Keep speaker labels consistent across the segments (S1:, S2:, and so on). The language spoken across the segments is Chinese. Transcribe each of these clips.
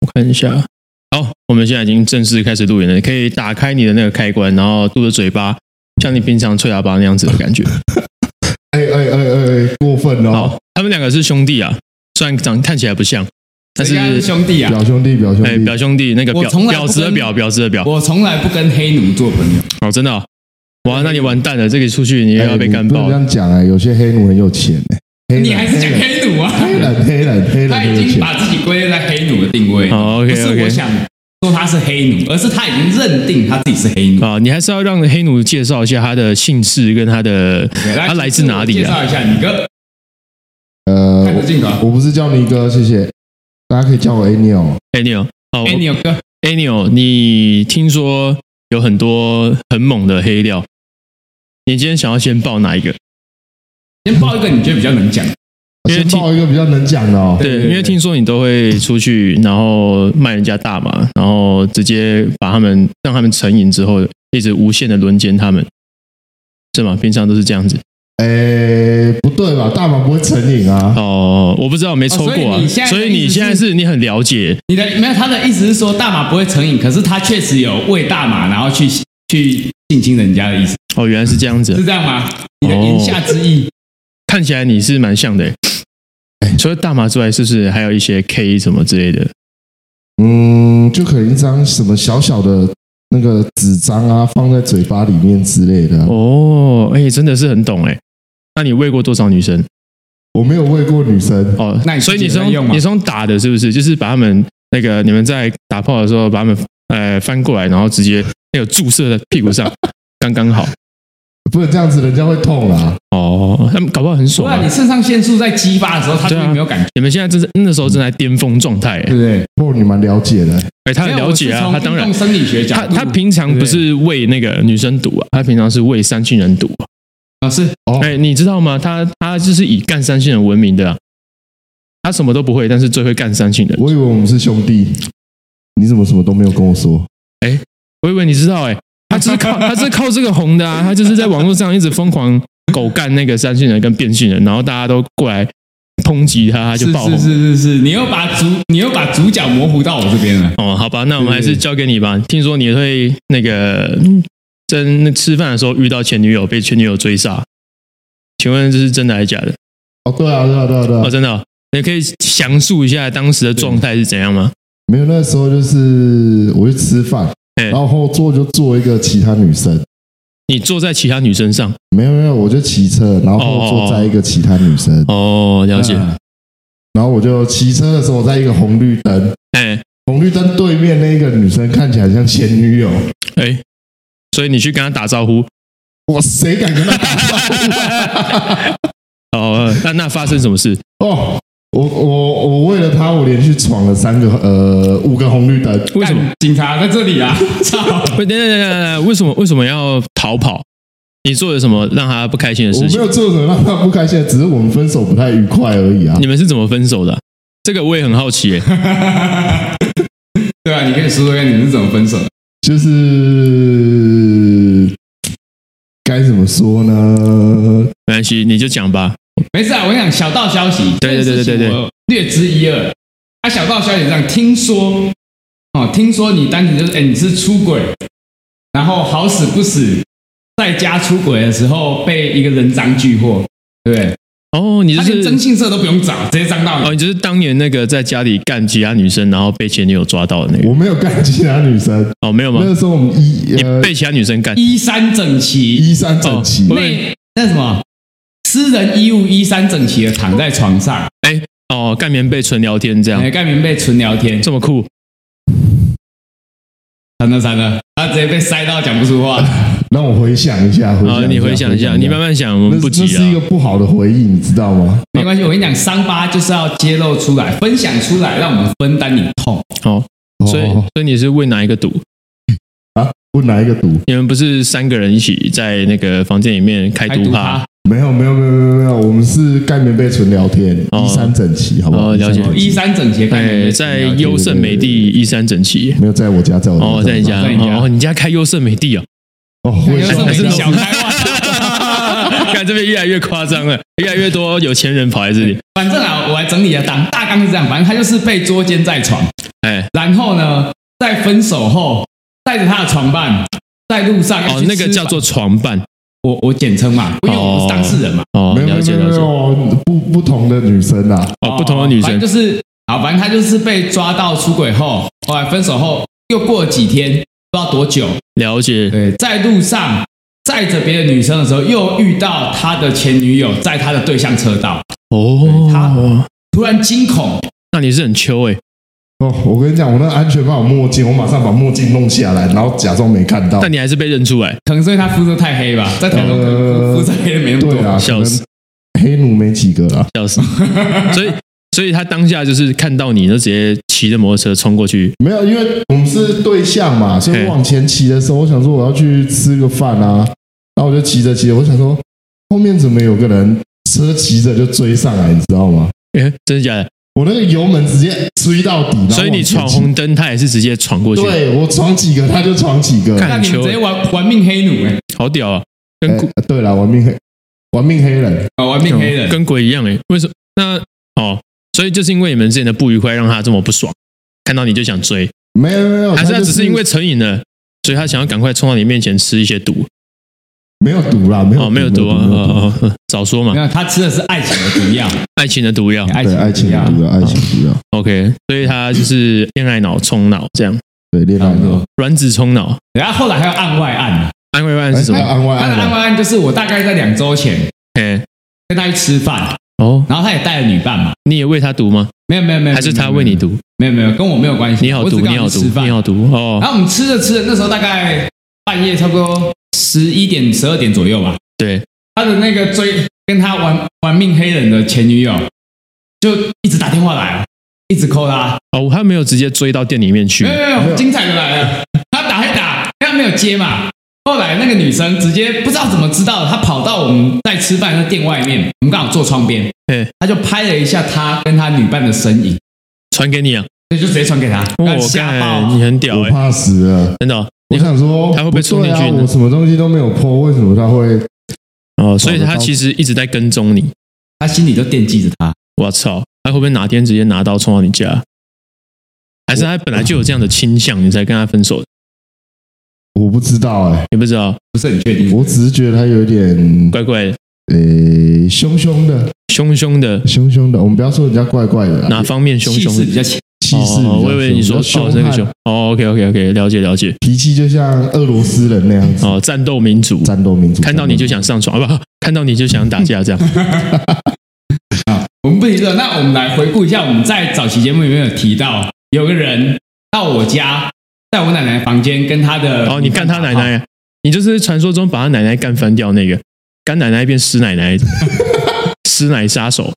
S1: 我看一下，
S2: 好，我们现在已经正式开始录影了，可以打开你的那个开关，然后嘟着嘴巴，像你平常吹喇叭那样子的感 觉。
S3: 哎哎哎哎，哎，过分哦！
S2: 好，他们两个是兄弟啊，虽然长看起来不像，但是
S4: 人家兄弟啊
S3: 表，兄弟，表兄
S2: 哎、
S3: 弟，
S2: 表兄弟那个
S4: 我
S2: 表
S4: 从来不
S2: 表子的
S4: 跟
S2: 表表子的表，
S4: 我从来不跟黑奴做朋友。
S2: 哦，真的哦、哇，那你完蛋了，这个出去你又要被
S3: 哎
S2: 干
S3: 你不能
S2: 爆
S3: 这
S2: 了。
S3: 样讲哎，有些黑奴很有钱哎，黑人
S4: 你还是讲黑奴啊？
S3: 黑人，黑人，黑人
S4: 他
S3: 很
S4: 已
S3: 有
S4: 经
S3: 钱。
S4: 把自己归类在黑奴的定位。
S2: 哦，OK，
S4: 不是我
S2: OK
S4: 想说他是黑奴，而是他已经认定他自己是黑奴。
S2: 啊，你还是要让黑奴介绍一下他的姓氏跟他的他来自哪里
S4: 介
S2: 啊？
S4: 绍一下你哥，
S3: 呃，
S4: 看着镜头啊
S3: 我我不是叫尼哥，谢谢，大家可以叫我 Anio。
S2: 哎你哦，哦
S4: 哎，你有哥，
S2: 哎你哦，你听说有很多很猛的黑料，你今天想要先爆哪一个？
S4: 先报一个你觉得比较能讲。
S2: 因为
S3: 先
S2: 听
S3: 报一个比较能讲的哦。
S2: 对，
S4: 对对
S2: 因为听说你都会出去，然后卖人家大麻，然后直接把他们让他们成瘾之后，一直无限的轮奸他们，是吗？平常都是这样子。
S3: 哎，不对吧？大马不会成瘾啊。
S2: 哦，我不知道，没抽过啊。
S4: 哦所以你现在的
S2: 所以你
S4: 意思是
S2: 现在是你很了解
S4: 你的没有他的意思是说大麻不会成瘾，可是他确实有喂大麻，然后去去性侵人家的意思，
S2: 哦，原来是这样
S4: 是
S2: 子。
S4: 这样吗？你的言下之意，
S2: 看起来你是蛮像的欸。
S4: 哎
S2: 除了大麻之外，是不是还有一些 K 什么之类的？
S3: 嗯，就可能一张什么小小的那个纸张啊，放在嘴巴里面之类的啊。
S2: 哦，哎、真的是很懂哎。那你喂过多少女生？
S3: 我没有喂过女生，
S2: 哦，
S4: 那你
S2: 所以
S4: 自
S2: 你
S4: 己
S2: 是
S4: 在用
S2: 用
S4: 吗
S2: 你是用打的，是不是？就是把他们那个你们在打炮的时候，把他们呃翻过来，然后直接那个注射在屁股上，刚刚好。
S3: 不能这样子，人家会痛啦。
S2: 哦，他们搞不好很
S4: 不
S2: 爽、
S4: 然
S2: 啊
S4: 你。肾上腺素在激发的时候，他
S2: 对啊
S4: 并没有感觉，
S2: 你们现在正是那时候正在巅峰状 态、欸，
S4: 对不对？
S3: 哦，你蛮了解的。
S2: 哎、他很了解啊，他当然
S4: 用，生理学角
S2: 他
S4: 度，
S2: 他平常不是喂那个女生赌啊，他平常是喂三性人赌、啊。
S4: 啊是
S3: 哦
S2: 哎、你知道吗？他他就是以干三性人闻名的、啊，他什么都不会，但是最会干三性人。
S3: 我以为我们是兄弟，你怎么什么都没有跟我说？
S2: 我以为你知道哎、他就是靠他就是靠这个红的啊，他就是在网络上一直疯狂狗干那个三性人跟变性人，然后大家都过来抨击他，他
S4: 是
S2: 就爆红。
S4: 是是是是，你又把主你又把主角模糊到我这边了。
S2: 哦，好吧，那我们还是
S4: 对
S2: 交给你吧。听说你会那个真吃饭的时候遇到前女友，被前女友追杀，请问这是真的还是假的？
S3: 哦，对啊，对啊，对啊，对啊
S2: 哦，，真的哦、你可以详述一下当时的状态是怎样吗？
S3: 没有，那时候就是我去吃饭，
S2: 哎
S3: 然后后座就坐一个其他女生，
S2: 你坐在其他女生上？
S3: 没有没有，我就骑车，然后后座载一个其他女生，
S2: 哦，了解。
S3: 嗯然后我就骑车的时候在一个红绿灯，
S2: 哎
S3: 红绿灯对面那个女生看起来像前女友，
S2: 哎，所以你去跟她打招呼。
S3: 我谁敢跟她打招 呼、啊？
S2: 哦，那那发生什么事？
S3: 哦，我我我为了她，我连续闯了三个呃五个红绿灯，
S2: 为什么
S4: 干？？警察在这里啊！ 操！
S2: 不，等等等等等，为什么为什么要逃跑？你做了什么让她不开心的
S3: 我
S2: 事
S3: 没
S2: 情？
S3: 有做什么让她不开心，只是我们分手不太愉快而已啊。
S2: 你们是怎么分手的啊、这个我也很好奇、耶。
S4: 对啊，你可以说说看你们是怎么分手的？
S3: 就是该怎么说呢？
S2: 没关系，你就讲吧。
S4: 没事啊，我跟你讲小道消息，
S2: 对对对对对对，
S4: 略知一二。啊，小道消息是这样，听说哦，听说你当时就是哎、你是出轨，然后好死不死在家出轨的时候被一个人赃俱获，对不对？
S2: 哦，你就
S4: 他连征
S2: 是
S4: 信社都不用找，直接张到
S2: 哦，
S4: 你。
S2: 你就是当年那个在家里干其他女生，然后被前女友抓到的那个
S3: 我没有干其他女生，
S2: 哦，没有吗
S3: 那？个时候我们一
S2: 你
S3: 呃
S2: 被其他女生干
S4: 衣衫整齐，
S3: 衣衫整齐，
S2: 哦
S4: 那那什么，私人衣物衣衫整齐的躺在床上，
S2: 哦，干棉被纯聊天这样
S4: 哎，盖棉被纯聊天，
S2: 这么酷
S4: 惨了惨了，啊他直接被塞到讲不出 话。
S3: 让我回想一下，回想一
S2: 啊！
S3: 下
S2: 你回想一下，你慢慢想，我
S3: 那
S2: 们不
S3: 那
S2: 急
S3: 是一
S2: 啊
S3: 个。不好的回忆，你知道吗？
S4: 没关系，我跟你讲，伤疤就是要揭露出来，分享出来，让我们分担你的痛。
S2: 好，所以
S3: 哦
S2: 所以你是为哪一个赌？
S3: 啊，不拿一个赌，
S2: 你们不是三个人一起在那个房间里面开
S4: 还
S2: 哎毒
S4: 毒
S2: 趴
S4: 他？，
S3: 没有没有没有没有没有，我们是盖棉被纯聊天，
S2: 哦
S3: 衣衫整齐，好不好？
S2: 哦了解
S3: 衣衫整齐
S4: 衣衫整齐，
S2: 哎，在优胜美地衣衫整齐。
S3: 没有在我家，在我家，
S2: 哦，在你家
S4: 在你家
S2: 哦，你家开优胜美地哦。
S3: 哦，我也
S4: 优
S3: 想
S4: 胜美地
S3: 到
S4: 小开 外。
S2: 看这边越来越夸张了，越来越多有钱人跑来这里。
S4: 反正啊，我来整理一下档，大纲是这样，反正他就是被捉奸在床，
S2: 哎，
S4: 然然后呢，在分手后带着他的床伴在路上
S2: 哦
S4: 要哎去，
S2: 那个
S4: 吃
S2: 叫
S4: 饭
S2: 做床伴
S4: 我我简称嘛，因为我不是当事人嘛。
S2: 哦，
S3: 没有没
S2: 了
S3: 有
S2: 解
S3: 没
S2: 了
S3: 有没
S2: 解
S3: 有，不不同的女生啊，
S2: 哦，不同的女
S4: 反
S2: 生
S4: 正就是好，反正他就是被抓到出轨后，后来分手后又过了几天，不知道多久，
S2: 了解
S4: 对，在路上载着别的女生的时候，又遇到他的前女友在他的对向车道，对
S2: 哦
S4: 他。突然惊恐，
S2: 那你是很秋哎，
S3: 哦，我跟你讲，我那个安全帽有墨镜，我马上把墨镜弄下来，然后假装没看到。
S2: 但你还是被认出来，
S4: 可能是因为他肤色太黑吧，在台中可能肤色黑的没那么
S3: 对啊，
S4: 多，
S2: 笑死，
S3: 黑奴没几个啊啦，
S2: 笑死。所以，所以他当下就是看到你，就直接骑着摩托车冲过去。
S3: 没有，因为我们是对象嘛，所以
S2: 嘿
S3: 我往前骑的时候，我想说我要去吃个饭啊，然后我就骑着骑着，我想说后面怎么有个人车骑着就追上来，你知道吗？
S2: 诶，哎真的假的？
S3: 我那个油门直接吹到底，然后
S2: 所以你
S3: 往前
S2: 闯
S3: 骑
S2: 红灯，他也是直接闯过去，
S3: 对我闯几个，他就闯几个。
S2: 干
S4: 那你们直接玩玩命黑奴哎、
S2: 好屌啊！
S3: 哎
S2: 跟鬼
S3: 对了，玩命黑，玩命黑人，
S4: 啊，玩命黑人，
S2: 跟鬼一样诶，为什么？那哦，所以就是因为你们之间的不愉快，让他这么不爽，看到你就想追，
S3: 没有没有，
S2: 还是他
S3: 哦就
S2: 只是因为成瘾了，所以他想要赶快冲到你面前吃一些毒？
S3: 没有毒啦，没有
S2: 哦，没有毒啊，
S3: 没有
S2: 哦哦， 哦早说嘛
S4: 没，有他吃的是爱情的毒药，
S2: 爱情的毒药。
S4: 爱
S3: 对，爱
S4: 情
S3: 情啊
S4: 的
S3: 的
S4: 毒
S3: 毒
S4: 药，
S2: 哦
S3: 药，爱情毒药，
S2: OK，所以他就是恋爱脑、冲脑这样，
S3: 对，恋
S4: 差
S3: 爱
S4: 不
S3: 脑
S4: 多。。
S2: 卵子冲脑。
S4: 然后后来还有案外案，
S2: 安慰案是什
S3: 哎
S2: 么？
S3: 安慰
S4: 他的案
S3: 安慰，
S4: 外案就是我大概在两周前
S2: 哎，
S4: 跟他去吃饭，
S2: 哦，
S4: 然后他也带了女伴嘛，
S2: 你也为他读吗？
S4: 没有没有没有，
S2: 还是他为你读？
S4: 没有？没有没有，跟我没有关系。
S2: 你好
S4: 嗯我只
S2: 读，
S4: 跟
S2: 你好
S4: 他去
S2: 读，
S4: 吃饭啊
S2: 你。好读
S4: 然
S2: 哦。
S4: 后我们吃着吃着，那时候大概半夜差不多十一点十二点左右吧，
S2: 对，
S4: 他的那个追跟他玩玩命黑人的前女友就一直打电话来，哦一直扣他，
S2: 哦，他没有直接追到店里面去
S4: 没。有没有没
S3: 没
S4: 有，
S3: 有
S4: 精彩的来了，他打一打，他没有接嘛。后来那个女生直接不知道怎么知道的，她跑到我们在吃饭的店外面，我们刚好坐窗边，
S2: 哎，
S4: 她就拍了一下他跟他女伴的身影，
S2: 传给你啊！
S4: 所以就直接传给他，
S2: 我
S4: 吓
S2: 看
S4: 爆
S2: 你，很屌
S3: 我
S2: 哎，
S3: 怕死了。
S2: 真的哦
S3: 我想说，
S2: 他会不会冲进去呢
S3: 不对啊我什么东西都没有破，为什么他会？
S2: 哦。所以他其实一直在跟踪你。
S4: 他心里就惦记着他。
S2: 我操，他会不会哪天直接拿刀冲到你家？还是他本来就有这样的倾向，你才跟他分手的？
S3: 我不知道哎，
S2: 你不知道，
S4: 不是很确定。
S3: 我只是觉得他有点
S2: 怪怪的，
S3: 诶凶凶的，
S2: 凶凶的，
S3: 凶凶的。我们不要说人家怪怪的啦，
S2: 哪方面凶
S4: 气
S2: 凶
S4: 势
S2: 的
S4: 比？较强，
S3: 气势比较
S2: 哦
S3: 凶，
S2: 我以为你说
S3: 比较
S2: 哦
S3: 凶
S2: 那个
S3: 悍
S2: 凶。哦，OK OK OK，了解了解。
S3: 脾气就像俄罗斯人那样子，
S2: 哦，战斗民族，
S3: 战斗民族。
S2: 看到你就想上床，啊不，看到你就想打架，这样。
S4: 我们不提这个。那我们来回顾一下，我们在早期节目里面有提到，有个人到我家，在我奶奶房间跟她的
S2: 哦，你干他奶
S4: 打炮，
S2: 奶，你就是传说中把他奶奶干翻掉那个，干奶奶变湿奶奶，湿奶杀手。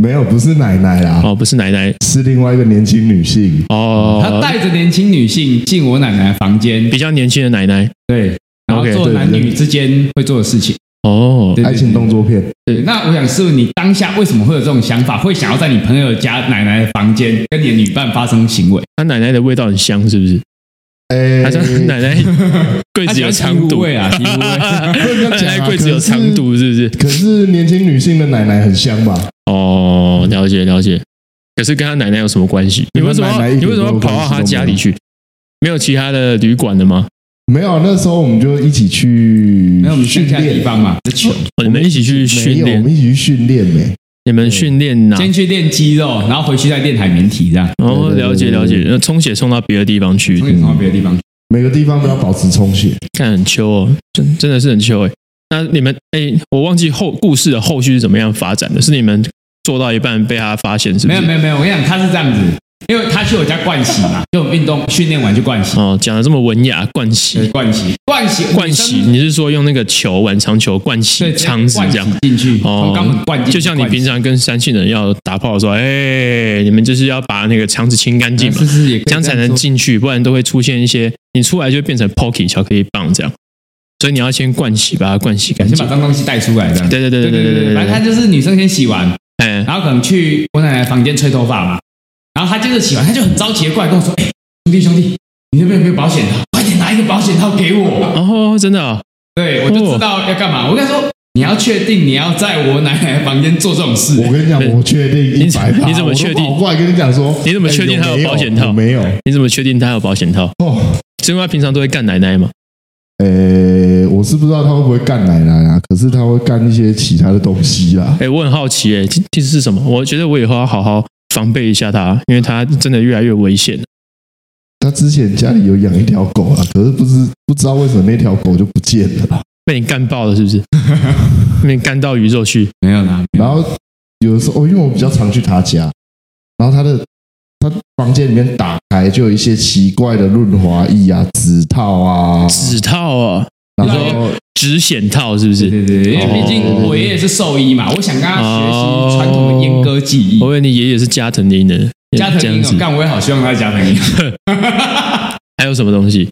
S3: 没有，不是奶奶啦，
S2: 哦，不是奶奶，
S3: 是另外一个年轻女性。
S4: 她
S2: 哦，
S4: 带着年轻女性进我奶奶房间，
S2: 比较年轻的奶奶。
S4: 对，然后
S2: OK，
S4: 做
S3: 对
S4: 男女
S3: 对
S4: 之间会做的事情。
S2: 哦，
S4: 对
S3: 爱情动作片，
S4: 对，那我想是问你当下为什么会有这种想法，会想要在你朋友家奶奶的房间跟你的女伴发生行为？
S2: 他奶奶的味道很香，是不是？
S3: 哎，
S2: 他说奶 奶柜子有
S4: 她喜
S2: 藏
S4: 欢体
S2: 毒
S4: 味啊体味
S2: 奶奶柜子有藏毒，是不是？
S3: 可是年轻女性的奶奶很香吧？
S2: 哦，了解了解。可是跟他奶奶有什么关系？你
S3: 跟他
S2: 为什么
S3: 奶奶
S2: 要
S3: 一点
S2: 你为什么
S3: 都
S2: 要
S3: 有
S2: 跑到
S3: 关系
S2: 他
S3: 都
S2: 家
S3: 没
S2: 里
S3: 有
S2: 去？没有其他的旅馆的吗？
S3: 没有，啊那时候我们就一起去
S4: 那我们
S3: 训
S4: 乡下地
S3: 练，
S4: 方嘛，是嗯穷，
S2: 哦你们一起去训
S3: 没有，我
S2: 练，
S3: 们一起去训练欸没？
S2: 你们训练哪？
S4: 先去练肌肉，然后回去再练海绵体，这样，
S2: 然后了解
S3: 对对对
S2: 了解，
S3: 对
S2: 那充血送到别的地方去
S4: 从，你从别的地方去。
S3: 每个地方都要保持充血。
S2: 看很秋哦，真真的是很秋哎。那你们哎，我忘记后故事的后续是怎么样发展的，是你们做到一半被他发现，是不
S4: 没
S2: 是？
S4: 有没有没有，我跟你讲，他是这样子，因为他去我家盥洗嘛，就运动训练完就盥洗，
S2: 哦，讲的这么文雅，灌洗
S4: 盥洗盥洗
S2: 灌洗，
S4: 女生
S2: 你是说用那个球晚长球灌洗
S4: 对直接
S2: 肠子
S4: 灌
S2: 这
S4: 洗
S2: 样？
S4: 进去，从
S2: 哦
S4: 肛门灌进去，
S2: 就像你
S4: 灌洗
S2: 平常跟山西人要打炮的时候，哎，你们就是要把那个肠子清干净嘛
S4: 是，不是也可以
S2: 这样才能
S4: 说
S2: 进去，不然都会出现一些你出来就变成 Pocky 巧克力棒这样。所以你要先灌洗，把它灌洗干
S4: 先
S2: 净。
S4: 把脏东西带出来这样。
S2: 对对对
S4: 对
S2: 对
S4: 对
S2: 对
S4: 对
S2: 对，
S4: 对，反正他就是女生先洗完，
S2: 哎，
S4: 然后可能去我奶奶房间吹头发嘛，然后他接着洗完，他就很着急的过来跟我说：“哎，兄弟兄弟，你那边有没有保险套？快点拿一个保险套给我。”
S2: 哦，真的啊，
S4: 对，我就知道要干嘛。我跟他说，你要确定你要在我奶奶房间做这种事、
S3: 我跟你讲，我确定
S2: 你
S3: 一百
S2: 你怎么确定
S3: 我都跑过来跟你讲说，
S2: 你怎么确定
S3: 哎
S2: 他有保险套
S3: 我没有。
S2: 你怎么确定他有保险套？
S3: 哦，
S2: 是因为他平常都会干奶奶嘛？
S3: 诶，哎我是不知道他会不会干奶奶啊，可是他会干一些其他的东西啦。
S2: 哎、我很好奇、哎，其其实是什么？我觉得我以后要好好防备一下他，因为他真的越来越危险。
S3: 他之前家里有养一条狗啊，可是不知不知道为什么那条狗就不见了啦。
S2: 被你干爆了是 不是？被你干到宇宙去？
S4: 没有啦，
S3: 然后有的时候，哦，因为我比较常去他家，然后他的他房间里面打开就有一些奇怪的润滑液啊、指套啊，
S2: 指套啊，
S3: 然后
S2: 指险套是不是？
S4: 对对对，因为毕竟
S2: 哦
S4: 我爷爷是兽医嘛，我想跟他学习传统的阉割技艺。
S2: 我以为你爷爷是加藤鹰的，
S4: 加
S2: 哦
S4: 藤鹰
S2: 这
S4: 哦，
S2: 样子。
S4: 干我也好希望他是加藤鹰。
S2: 还有什么东西？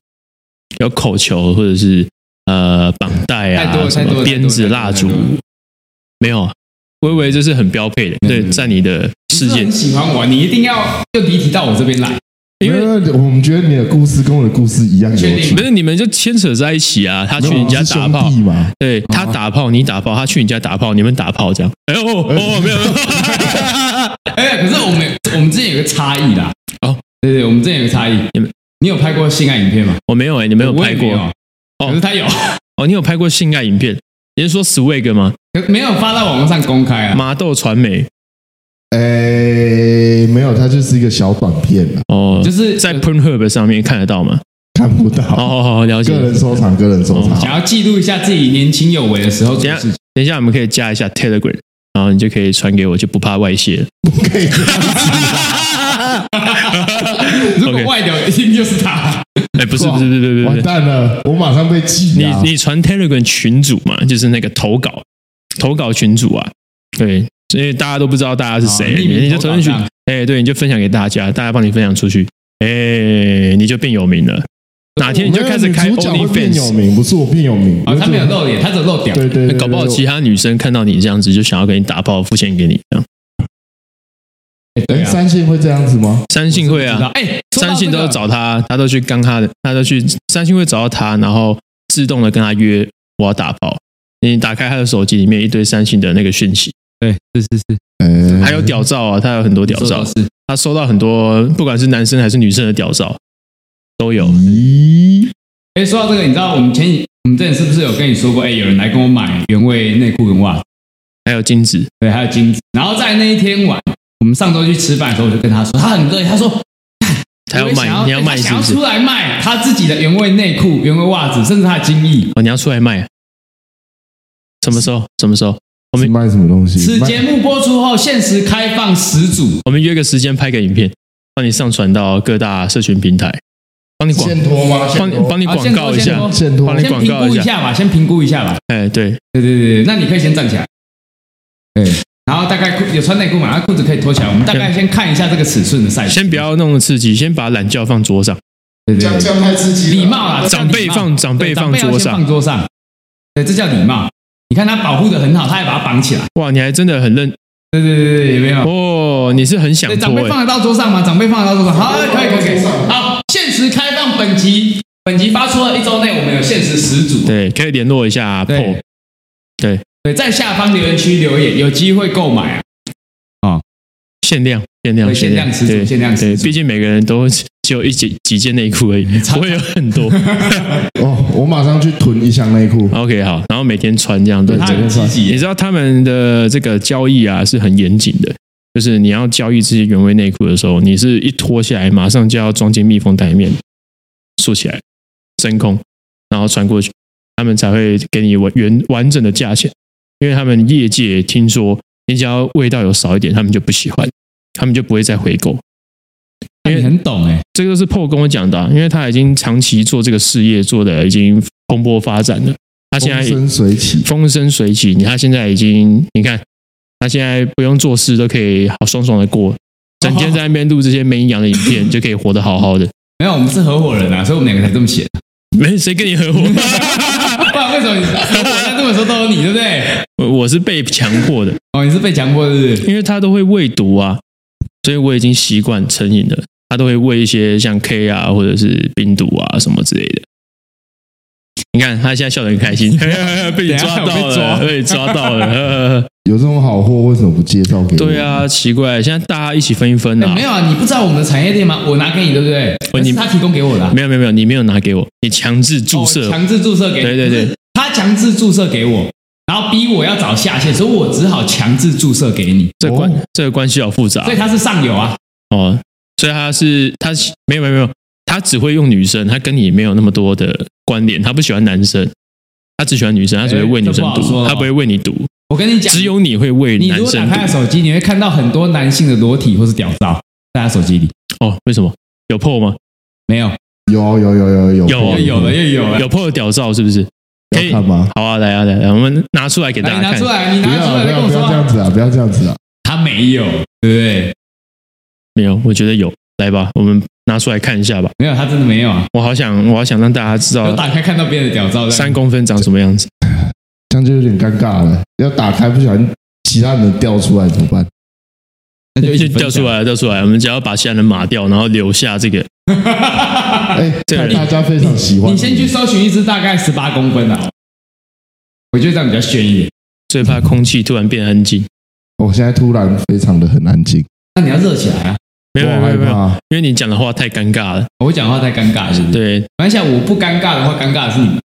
S2: 有口球或者是呃绑带
S4: 太多
S2: 啊，
S4: 了
S2: 什
S4: 太多
S2: 么
S4: 了
S2: 鞭子、
S4: 太多了
S2: 蜡烛
S4: 太多了，
S2: 没有啊？我以为这是很标配的，
S4: 没有
S2: 对，
S4: 没有
S2: 在你的世
S4: 你是啊
S2: 界
S4: 很，喜欢我，你一定要又离题到我这边来。
S2: 因为
S3: 没有我们觉得你的故事跟我的故事一样有
S4: 确定
S3: 趣
S2: 不。是你们就牵扯在一起啊。他去
S3: 没有
S2: 你家
S3: 哦是
S2: 打
S3: 兄
S2: 炮，
S3: 弟嘛？
S2: 对他打炮，你打炮，他去你家打炮，你们打炮这样。哎呦哦哦，没有没有，
S4: 哎，可是我们我们之间有个差异啦。
S2: 哦，
S4: 对对，我们之间有个差异
S2: 你们。
S4: 你有拍过性爱影片吗？
S2: 我没有哎，你没有
S4: 我
S2: 拍
S4: 也
S2: 过
S4: 没有可是他有，
S2: 哦？你有拍过性爱影片？你是说 swag 吗？
S4: 可没有发到网络上公开啊。
S2: 麻豆传媒
S3: 诶，没有，它就是一个小短片啦，
S2: 哦，
S4: 就是
S2: 在 Pornhub 上面看得到吗？
S3: 看不到。
S2: 好好好，了解
S3: 个。人收藏，个人收藏。
S2: 哦
S4: 想要记录一下自己年轻有为的时候做
S2: 等一
S4: 的
S2: 下
S4: 事情。
S2: 等一下，我们可以加一下 Telegram，然后你就可以传给我，就不怕外泄了。
S3: 不 可以这样子
S4: 如果
S2: OK
S4: 外流，一定就是他。
S2: 哎，不是不是不是不是不
S3: 完
S2: 是，
S3: 蛋了，我马上被记啊了。
S2: 你你传 Telegram 群主嘛，就是那个投稿投稿群主啊，对，因为大家都不知道大家是
S3: 啊
S2: 谁，
S4: 哦匿名
S2: 你你就
S4: 投稿
S2: 投进去
S4: 这样，
S2: 哎，对，你就分享给大家，大家帮你分享出去，哎，你就变有名了。哪天你就开始开
S3: 没有女主角会变有
S2: OnlyFans，
S3: 名，不是我变有名。
S4: 哦，他没有露脸，他只有露屌。
S3: 对对，对
S2: 哎搞不好
S3: 对
S2: 其他女生看到你这样子，就想要跟你打炮付钱给你。这样
S4: 哎对
S3: 哎，
S4: 啊，
S3: 三线会这样子吗？
S2: 三性会
S4: 知道
S2: 啊，
S4: 哎，说到
S2: 三性
S4: 这
S2: 都
S4: 个
S2: 要找他，他都去刚他的，他都去三性会找到他，然后自动的跟他约我要打炮。你打开他的手机里面一堆三性的那个讯息，
S4: 对，是是是，
S3: 哎，
S2: 还有屌照啊，他有很多屌
S4: 嗯说
S2: 照
S4: 到，是
S2: 他收到很多不管是男生还是女生的屌照都有。
S4: 嗯
S3: 咦，
S4: 哎，说到这个，你知道我们前几我们之前是不是有跟你说过？哎，有人来跟我买原味内裤跟袜子，
S2: 还有金子，
S4: 对，还有金子。然后在那一天晚，我们上周去吃饭的时候，我就跟他说，他很乐意，他说
S2: 他要
S4: 我也想
S2: 卖，你要
S4: 哎
S2: 卖
S4: 他
S2: 是
S4: 想
S2: 不
S4: 要
S2: 是
S4: 出？来卖他自己的原味内裤、原味袜子，甚至他的精液。
S2: 哦，你要出来卖啊？什么时候？什么时候？我
S3: 是
S2: 们
S3: 卖什么东西？
S4: 此
S3: 卖
S4: 节目播出后，限时开放十组，
S2: 我们约个时间拍个影片，帮你上传到各大社群平台，帮你广
S3: 现托吗？
S2: 帮你帮你
S4: 啊
S2: 广告一
S4: 现
S2: 下
S4: 多。
S3: 现托
S2: 帮你
S4: 先
S2: 广
S4: 评
S2: 告
S4: 估
S2: 一
S4: 一
S2: 下
S4: 下吧，先评估一下吧。
S2: 哎，对，
S4: 对对对，对那你可以先站起来，对，然后大概裤有穿内裤嘛，那裤子可以脱起来，我们大概先看一下这个尺寸的 size，
S2: 先不要弄得刺激，先把懒觉放桌上。
S4: 对对
S3: 这样这
S4: 对，
S3: 样太刺激了
S4: 礼貌啦，
S2: 长辈
S4: 这叫礼貌
S2: 放长辈
S4: 对
S2: 放
S4: 长辈要
S2: 桌
S4: 先
S2: 上
S4: 放桌上，对，这叫礼貌。啊你看他保护的很好，他还把它绑起来，
S2: 哇，你还真的很认
S4: 对对对对，有没有？
S2: 哦，你是很想
S4: 嗯对，长
S2: 脱
S4: 辈
S2: 哎。
S4: 放得到桌上吗？长辈放得到桌上，好，可以可以可以，好，限时开放本集，本集发出了一周内，我们有限时十组，
S2: 对，可以联络一下 p
S4: 对
S2: o 对，
S4: 对，在下方留言区留言，有机会购买啊。
S2: 限量，限量，
S4: 对限量十组
S2: 对
S4: 限量十
S2: 对，
S4: 组
S2: 毕竟每个人都只只有一几几件内裤而已，不会有很 多。
S3: 哦，我马上去囤一箱内裤。
S2: OK，好，然后每天穿这样对
S3: 对。
S4: 他很积极
S2: 你，知道他们的这个交易啊是很严谨的，就是你要交易这些原味内裤的时候，你是一脱下来马上就要装进密封袋里面，竖起来，真空，然后穿过去，他们才会给你完原完整的价钱，因为他们业界听说，你只要味道有少一点，他们就不喜欢，他们就不会再回购。
S4: 那你很懂哎、
S2: 这个都是 PO 跟我讲的啊、因为他已经长期做这个事业，做的已经蓬勃发展了。他现在
S3: 风生水起
S2: 风生水起，你他现在已经，你看他现在不用做事都可以好爽爽的过，整天在那边录这些没营养的影 片，就可以活得好好的。
S4: 没有，我们是合伙人啊，所以我们两个才这么 写。
S2: 没谁跟你合伙，
S4: 不然为什么你我啊在这么说都有你，对不对？
S2: 我 我是被强迫的，
S4: 哦，你是被强迫，是不是？
S2: 因为他都会喂毒啊，所以我已经习惯成瘾了。他都会喂一些像 K 啊，或者是冰毒啊什么之类的。你看他现在笑得很开心，被你抓 到了，被你抓到了。呵呵
S3: 有这种好货，为什么不介绍给我？
S2: 对，啊，奇怪，现在大家一起分一分
S4: 哎
S2: 啊
S4: 没。有啊，你不知道我们的产业链吗？我拿给你，对不对？
S2: 哦你
S4: 是他提供给我的啊、
S2: 没有没有没有，你没有拿给我，你强制注
S4: 哦
S2: 射。
S4: 强制注射给，
S2: 对对对
S4: 不是， 他强制注射给我，然后逼我要找下线，所以我只好强制注射给你，
S2: 这关
S3: 哦
S2: 这个关系好复杂
S4: 所以他是上游啊，
S2: 哦，所以他是他是没有没有没有，他只会用女生，他跟你没有那么多的关联，他不喜欢男生，他只喜欢女生，他只会为女生
S4: 哎这不好说
S2: 读，
S4: 哦
S2: 他不会为你读，
S4: 我跟你讲，
S2: 只有你会为
S4: 你
S2: 男
S4: 如果打
S2: 生
S4: 开
S2: 读。
S4: 手机，你会看到很多男性的裸体或是屌照在他手机里，
S2: 哦，为什么有破吗？
S4: 没有，
S3: 有有有有有
S2: 有啊
S4: 又有了又有了，
S2: 有破的屌照是不是？可以
S3: 要看吗？
S2: 好啊，来啊来啊来啊，我们拿出来给大
S4: 来
S2: 家看。
S4: 你拿出来，你
S3: 不
S4: 拿
S3: 要
S4: 出来
S3: 不
S4: 再跟
S3: 要
S4: 我
S3: 不要这样
S4: 说，
S3: 子啊！不要这样子啊！
S4: 他没有，对不对？
S2: 没有，我觉得有，来吧，我们拿出来看一下吧。
S4: 没有，他真的没有啊，
S2: 我好想，我好想让大家知
S4: 我
S2: 道
S4: 打开看到别人的屌照，
S2: 哦三公分长什么样子。
S3: 这样就有点尴尬了。要打开不小心，其他人掉出来怎么办？
S4: 那就一
S2: 就
S4: 起分
S2: 掉
S4: 享
S2: 出，来了，掉出来了。我们只要把其他人码掉，然后留下这个。
S3: 哎、
S2: 这个
S3: 看大家非常喜欢
S4: 啊你先去搜寻一只大概十八公分的好了，我觉得这样比较炫一点。
S2: 最怕空气突然变安静。
S3: 我哦现在突然非常的很安静，
S4: 那你要热起来啊！
S2: 没有
S3: 我
S2: 没
S3: 好
S2: 有没有没
S3: 害
S2: 有，
S3: 怕。
S2: 因为你讲的话太尴尬了。
S4: 我讲话太尴尬了，是不是？
S2: 对，
S4: 反正啊我不尴尬的话，尴尬的是你。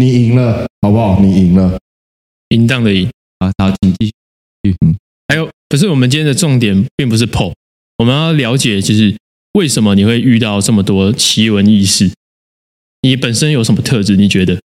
S3: 你赢了，好不好？你赢了，
S2: 淫荡的淫。
S4: 好，好，请继续。嗯
S2: 还有，可是我们今天的重点并不是 PO，我们要了解就是为什么你会遇到这么多奇闻异事。你本身有什么特质？你觉得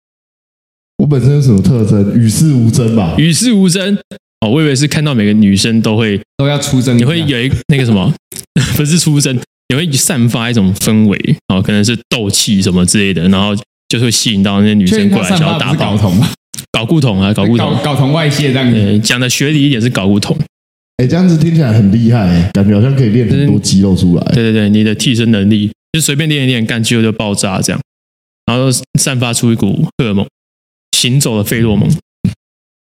S3: 我本身有什么特征？与世无争吧。
S2: 与世无争？哦，我以为是看到每个女生都会，
S4: 都要出征一
S2: 你
S4: 下，
S2: 会有一那个什么， 不是出征，你会散发一种氛围哦，可能是斗气什么之类的，然后就会吸引到那些女
S4: 确
S2: 生
S4: 定
S2: 过来
S4: 他散
S2: 想要
S4: 发不
S2: 打炮
S4: 是睾。酮吗？
S2: 搞固桶啊，搞固
S4: 搞
S2: 桶。
S4: 睾酮外泄这样子。
S2: 呃，讲的学理一点是搞固桶。
S3: 哎、这样子听起来很厉害、感觉好像可以练很多肌肉出来。
S2: 对对对，你的替身能力就随便练一练，干肌肉就爆炸这样，然后散发出一股荷尔蒙，行走的费洛蒙，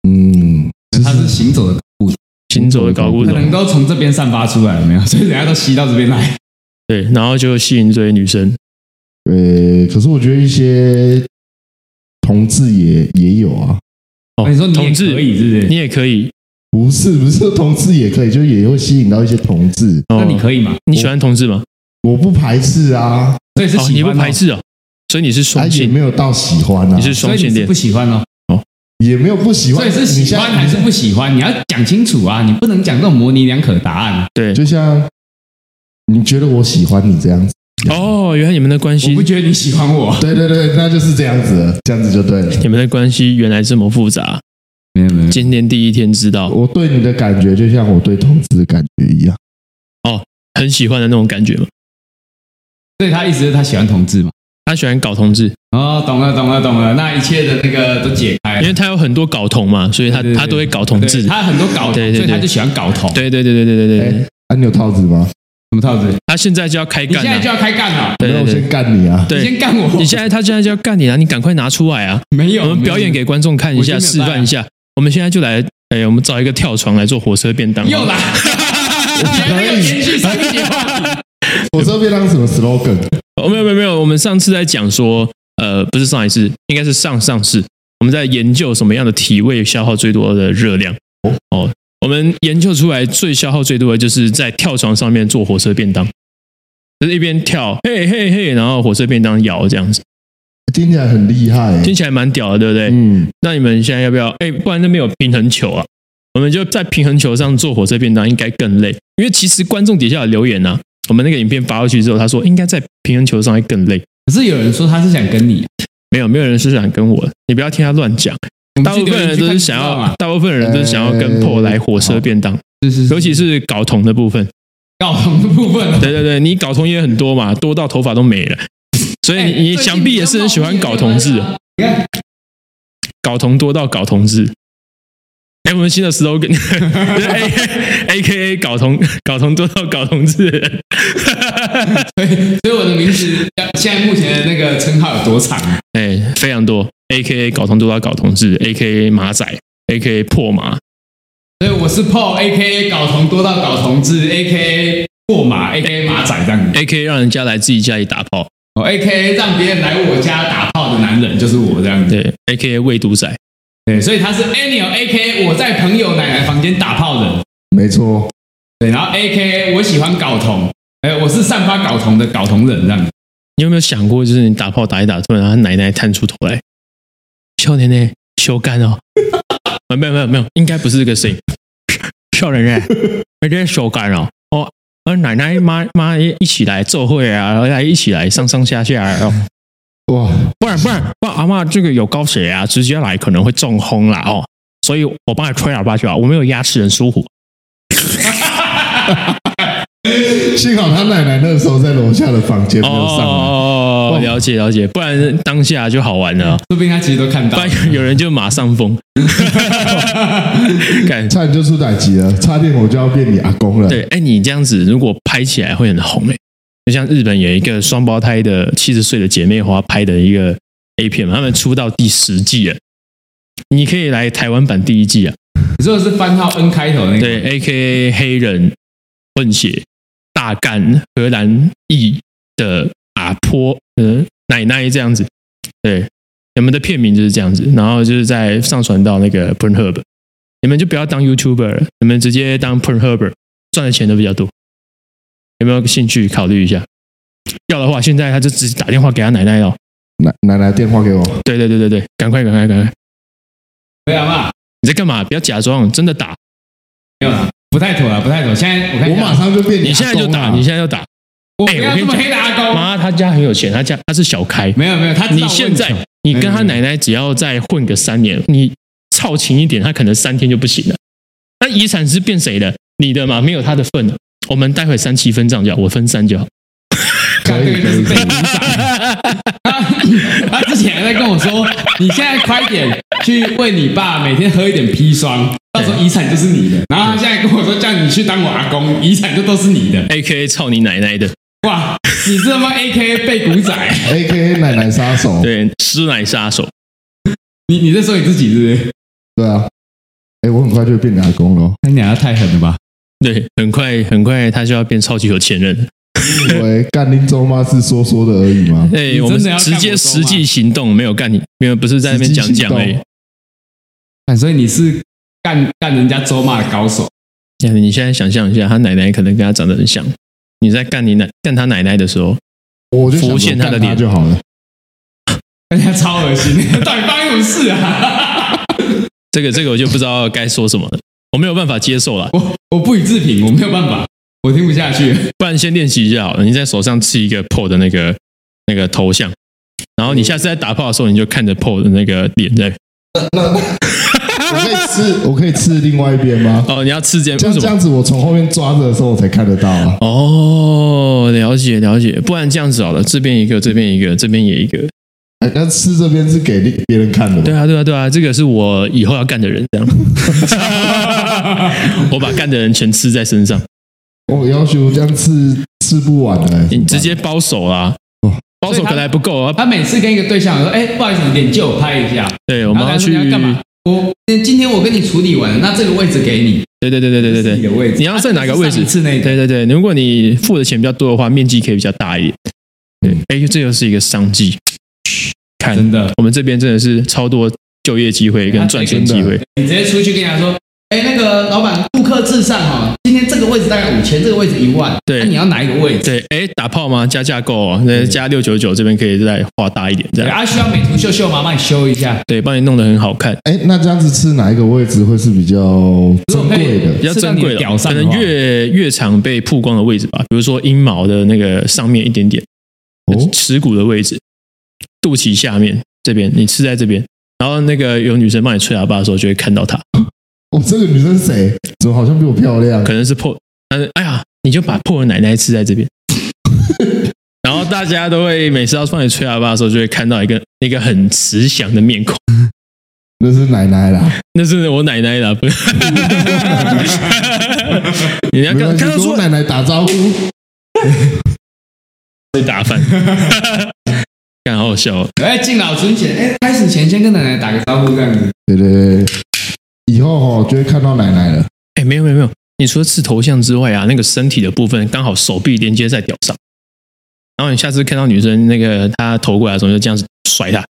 S3: 嗯，
S4: 它是行走的，
S2: 行走的搞固
S4: 嗯可
S2: 桶。
S4: 能都从这边散发出来，有没 有？所以人家都吸到这边来。
S2: 对，然后就吸引这些女生。
S3: 呃、可是我觉得一些同志也也有啊，
S2: 哦，
S4: 你说你也
S2: 同
S4: 可
S2: 志，
S4: 以，是
S2: 你
S4: 不是？
S2: 也可以。
S3: 不是不是同志也可以，就也会吸引到一些同志。
S2: 哦
S4: 那你可以嘛？
S2: 你喜欢同志吗？
S3: 我不排斥啊，
S4: 所以是
S2: 哦，
S4: 喜
S2: 你不
S4: 欢哦
S2: 排，斥哦，所以你是
S3: 啊
S2: 双
S3: 也
S2: 性
S3: 没，有到喜欢啊，
S2: 你是
S4: 所
S2: 双
S4: 以
S2: 性
S4: 你是
S2: 恋
S4: 不。喜欢哦。
S3: 也没有不喜欢。
S4: 所以是
S3: 你
S4: 喜
S3: 像
S4: 欢还是不喜欢？你要讲清楚啊！你不能讲这种模棱两可答案。啊
S2: 对，
S3: 就像你觉得我喜欢你这样子，
S2: 哦，原来你们的关
S4: 我
S2: 系
S4: 不，觉得你喜欢我。
S3: 对对对，那就是这样子了，这样子就对了。
S2: 你们的关系原来这么复杂。
S4: 没有没有，
S2: 今天第一天知道，
S3: 我对你的感觉就像我对同志的感觉一样，
S2: 很喜欢的那种感觉嘛。
S4: 所以他意思是他喜欢同志嘛？
S2: 他喜欢搞同志，
S4: 哦，懂了懂了懂了，那一切的那个都解开
S2: 因
S4: 了。
S2: 为他有很多搞同嘛，所以他
S4: 对对对
S2: 他都会搞同志。
S4: 对他很多搞同，
S2: 对对对
S4: 所以他就喜欢搞同。，
S2: 对对对对对对对对，
S3: 啊，你有套子吗？
S4: 什么套子？
S2: 他现在就要开
S4: 哎你
S2: 干
S4: 现在就
S2: 了。
S4: 要开干了，
S2: 对
S3: 那
S2: 对
S3: 我
S2: 对
S3: 先干你啊！
S4: 你
S2: 对，
S4: 先干我。
S2: 你现在他现在就要干你了，你赶快拿出来啊！
S4: 没有，
S2: 我们表演给观众看一下，
S4: 我已
S2: 示
S4: 经没有带啊
S2: 范一下。我们现在就来，哎，我们找一个跳床来做火车便当。
S4: 又 来， 你还没有延续上一节话题。
S3: 我这边当什么 slogan？
S2: 哦，没有没有没有，我们上次在讲说，呃，不是上一次，应该是上上次，我们在研究什么样的体位消耗最多的热量。哦，我们研究出来最消耗最多的就是在跳床上面做火车便当，就是一边跳，嘿嘿嘿，然后火车便当摇这样子，
S3: 听起来很厉害、
S2: 听起来蛮屌的，对不对？
S3: 嗯，
S2: 那你们现在要不要？哎，不然那边有平衡球啊，我们就在平衡球上做火车便当，应该更累。因为其实观众底下有留言呐、啊，我们那个影片发过去之后，他说应该在平衡球上会更累。
S4: 可是有人说他是想跟你，
S2: 没有，没有人是想跟我，你不要听他乱讲。
S4: 我们
S2: 大
S4: 去
S2: 部分人都是想
S4: 留言区看就知道
S2: 要
S4: 嘛，，
S2: 大部分人都是想要跟
S3: 呃
S2: PO 来火车便当，
S4: 是是，
S2: 尤其是搞同的部
S4: 嗯
S2: 分。
S4: 搞同的部分哦。
S2: 对对对，你搞同也很多嘛，多到头发都没了。所以
S4: 哎
S2: 你你
S4: 最近
S2: 想必也是很喜欢搞同志，
S4: 你看，
S2: 搞同多到搞同志。哎，我们新的 slogan 就是，A A K A 搞同搞同多到搞同志。
S4: 所以所以我的名字现在目前的那个称号有多长啊？
S2: 哎，非常多，A K A 搞同多到搞同志，A K A 马仔，A K A 破马，
S4: 所以我是 Paul A K A 搞同多到搞同志 A K A 过马 A K A 马仔这样子。
S2: A K 让人家来自己家里打炮，
S4: 哦，A K A 让别人来我家打炮的男人就是我这样子。
S2: 对，A K A 未读仔，
S4: 对，所以他是 Anil A K A 我在朋友奶奶房间打炮人。
S3: 没错，
S4: 对，然后 A K A 我喜欢搞同，哎，我是散发搞同的搞同人这样子。
S2: 你有没有想过，就是你打炮打一打，突然他奶奶探出头来，少年呢，修干哦，啊没有没有没有，应该不是这个声音，少年呢，那天修干哦，哦，啊奶奶妈妈一起来做会啊，然后来一起来上上下下哦，
S3: 哇，
S2: 不然不然不然阿嬷这个有高血压，直接来可能会中风啦哦，所以我帮你吹喇叭就好，我没有牙齿很舒服，
S3: 幸好他奶奶那时候在楼下的房间没有上来，
S2: 哦，了解了解，不然当下就好玩了，
S4: 说不定他其实都看到
S2: 不。然有人就马上疯，感
S3: 差点就出歹疾了，差点我就要变你阿公了。
S2: 对，哎、你这样子如果拍起来会很红哎、就像日本有一个双胞胎的七十岁的姐妹花拍的一个 A 片嘛，他们出到第十季了，你可以来台湾版第一季啊，
S4: 你说的是番号 N 开头那个？
S2: 对，A K A 黑人混血大干荷兰裔的阿婆，嗯、奶奶这样子，对，你们的片名就是这样子，然后就是在上传到那个 Pornhub，你们就不要当 YouTuber 了，你们直接当 Pornhub，赚的钱都比较多，有没有兴趣考虑一下？要的话，现在他就直接打电话给他奶奶哦。
S3: 奶奶奶电话给我，
S2: 对对对对对，赶快赶快赶快！
S4: 对啊嘛，
S2: 你在干嘛？不要假装，真的打！
S4: 没有啦，不太妥了，啊不太妥。现在我看一
S3: 我
S4: 下
S3: 马，上就变
S2: 你
S3: 阿
S2: 现在就
S3: 公啊
S2: 打，
S3: 了
S2: 你现在就打！
S4: 我
S2: 哎
S4: 不
S2: 我
S4: 要
S2: 跟
S4: 这
S2: 你
S4: 么
S2: 讲
S4: 黑的阿公。
S2: 妈，他家很有钱，他家他是小开，
S4: 没有没有，他知道
S2: 你现在
S4: 问题
S2: 你跟他奶奶只要再混个三年，你操勤一点，他可能三天就不行了。那遗产是变谁的？你的嘛，没有他的份了。我们待会三七分账就好，我分三就好。
S4: 干这个就是被影响。他他之前还在跟我说，你现在快点去为你爸每天喝一点砒霜，到时候遗产就是你的。然后他现在跟我说叫你去当我阿公，遗产就都是 你的。
S2: A K A 操你奶奶的，
S4: 哇，你是他妈 A K A 被古仔？
S3: A K A 奶奶杀手，
S2: 对，师奶杀手。
S4: 你你在说你自己是不是？
S3: 对啊，哎，我很快就会变你阿公了哦，
S4: 他娘的太狠 了吧！
S2: 对，很快很快他就要变超级有钱人了。
S3: 你以为干林周妈是说说的而已吗？
S2: 哎、
S4: 你
S2: 我们
S4: 真的要干
S2: 直接
S4: 我
S2: 实
S4: 说吗
S2: 际行动，没有干你，因为不是在那边讲讲而
S3: 实际
S2: 已
S3: 行。
S4: 啊所以你是干干人家周骂的高手。
S2: 你看你现在想象一下，他奶奶可能跟他长得很像。你在干你奶干他奶奶的时候，
S3: 我就想
S2: 浮现
S3: 说
S2: 他的
S3: 干他
S2: 脸
S3: 就好了。
S4: 人家 超 恶心，到底发生什么事啊？
S2: 这个这个我就不知道该说什么了，我没有办法接受了。
S4: 我我不予置评，我没有办法，我听不下 去。
S2: 不然先练习一下好了，你在手上刺一个 PO 的那个那个头像，然后你下次在打炮的时候，你就看着 PO 的那个脸在。
S3: 我可以吃，我可以吃另外一边吗？
S2: 哦，你要刺这样
S3: 这
S2: 为什
S3: 样这
S2: 么？
S3: 样子，我从后面抓着的时候，我才看得到啊。
S2: 哦，了解了解，不然这样子好了，这边一个，这边一个，这边也一个。
S3: 哎，那吃这边是给另别人看的
S2: 对
S3: 吧，
S2: 啊对啊对啊，这个是我以后要干的人，这样。我把干的人全吃在身上，
S3: 我要求这样吃吃不完的，
S2: 你直接包手啦
S3: 哦，
S2: 包手可能还不够啊。
S4: 他每次跟一个对象说：“哎、不好意思，你脸借我拍一下。
S2: 对，”我
S4: 然
S2: 们
S4: 后
S2: 要
S4: 他
S2: 去
S4: 说：“你要干嘛？”我今天我跟你处理完了，那这个位置给你，
S2: 对对对对对对
S4: 这是你
S2: 对
S4: 的，位置，
S2: 你要在哪个位置
S4: 啊这是上一次那个，
S2: 对对对，如果你付的钱比较多的话，面积可以比较大一点。对，哎、这又是一个商机。看，
S4: 嗯真的，哎
S2: 我们这边真的是超多就业机会跟赚钱机会。
S4: 你直接出去跟人家说：“哎、那个老板，顾客至上哈、今天这个位置大概五千，这个位置一万，
S2: 对
S4: 那、你要哪一个位置？”
S2: 对，哎，打炮吗？加架构哦，那加六九九这边可以再画大一点，这
S4: 对
S2: 样
S4: 啊，需要美图秀秀吗？帮你修一下。
S2: 对，帮你弄得很好看，
S3: 哎，那这样子吃哪一个位置会是比较珍贵
S4: 如果可
S3: 的
S4: 以？
S2: 比较珍贵
S4: 是让你的屌
S2: 了，
S4: 上
S2: 可
S4: 的
S2: 能
S4: 话
S2: 越越常被曝光的位置吧，比如说阴毛的那个上面一点点，
S3: 哦
S2: 耻骨的位置，肚脐下面这边，你吃在这边，然后那个有女生帮你吹喇叭的时候，就会看到她。
S3: 哦，这个女生是谁？怎么好像比我漂亮？
S2: 可能是破，但是哎呀，你就把破的奶奶吃在这边， 然后大家都会每次要放你吹喇叭的时候，就会看到一个一个很慈祥的面孔，
S3: 那是奶奶啦。
S2: 那是我奶奶啦，不是？ 你要
S3: 没
S2: 看
S3: 关系，
S2: 看到
S3: 跟
S2: 说
S3: 我奶奶打招呼。
S2: 被打 翻，看好好笑、哦，
S4: 哎，敬老尊贤，哎，开始前先跟奶奶打个招呼这样子。
S3: 对对对，对以后哦就会看到奶奶了。
S2: 哎，没有没有没有，你除了刺头像之外啊，那个身体的部分刚好手臂连接在屌上，然后你下次看到女生那个她头过来的时候，你就这样子甩她，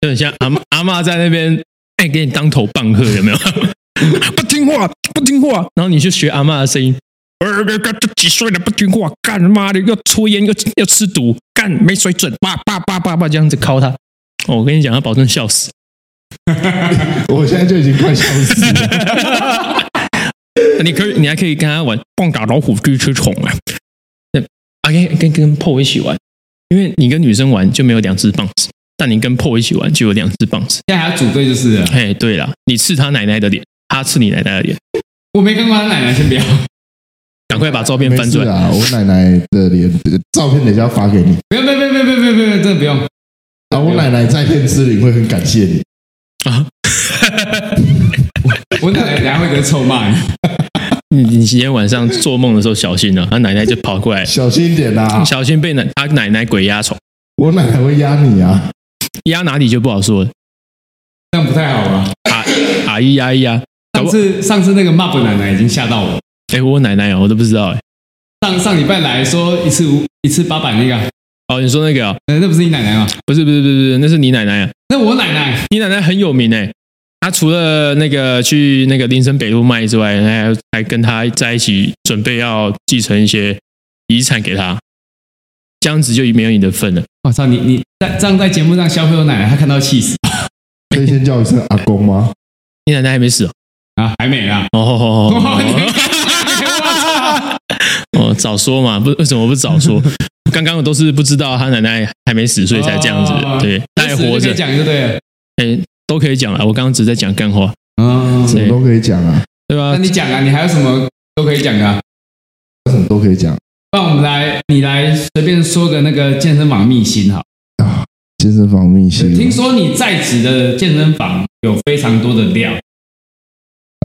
S2: 就很像阿嬷阿嬷在那边哎给你当头棒喝，有没 有？不听话，不听话，然后你去学阿嬷的声音。呃，这这几岁了不听话，干妈的又抽烟又又吃毒，干没水准，叭叭叭叭叭这样子敲他。哦，我跟你讲，他保证笑死。
S3: 我现在就已经快笑死了。
S2: 你可以，你还可以跟他玩棒打老虎锯吃虫啊。那啊，跟跟跟 PO 一起玩，因为你跟女生玩就没有两只棒子，但你跟 PO 一起玩就有两只棒子。
S4: 现在还要组队就是了。
S2: 哎，对了，你刺他奶奶的脸，他刺你奶奶的脸，
S4: 我没看过他奶奶，先不要。
S2: 赶快把照片
S3: 没
S2: 翻出
S3: 事
S2: 来。
S3: 啊，我奶奶的脸照片等一下发给你
S4: 不用，不用，不用，不用，不用，不用，真的不用。
S3: 啊，我奶奶在片之灵会很感谢你。
S4: 我奶奶等下会给他臭骂你。
S2: 你你今天晚上做梦的时候小心啊了，他奶奶就跑过来，
S3: 小心一点呐、啊，
S2: 小心被奶他奶奶鬼压床，
S3: 我奶奶会压你啊。
S2: 压哪里就不好说了。
S4: 这样不太好吧？
S2: 啊啊咿呀咿呀，搞
S4: 上
S2: 不
S4: 次上次那个 Map 奶奶已经吓到我。
S2: 哎、我奶奶哦，我都不知道哎、
S4: 上上礼拜来说一次五一次八百那个，
S2: 哦，你说那个、哦、
S4: 呃，那不是你奶奶吗？
S2: 不是不是不是不是，那是你奶奶啊，
S4: 那我奶奶，
S2: 你奶奶很有名哎、她除了那个去那个林森北路卖之外，还还跟她在一起，准备要继承一些遗产给她，这样子就没有你的份了。
S4: 我哦操你你在这样在节目上消费我奶奶，她看到气死
S3: 可以先叫一声阿公吗？
S2: 你奶奶还没死哦？
S4: 啊，还没啦。
S2: 哦哦 哦哦
S4: 哇你
S2: 哦哦，早说嘛，不为什么不早说？刚刚我都是不知道她奶奶还没死，所以才这样子。
S4: 哦
S2: 对，她还活
S4: 当时就可
S2: 着
S4: 以，讲就对了。
S2: 哎、都可以讲了。我刚刚只是在讲干话，
S4: 嗯，
S3: 什么都可以讲啊，
S2: 对吧
S4: 那？你讲啊，你还有什么都可以讲的、啊？
S3: 什么都可以讲。
S4: 那我们来，你来随便说个那个健身房秘辛哈。
S3: 健身房秘辛，
S4: 呃听说你在职的健身房有非常多的料，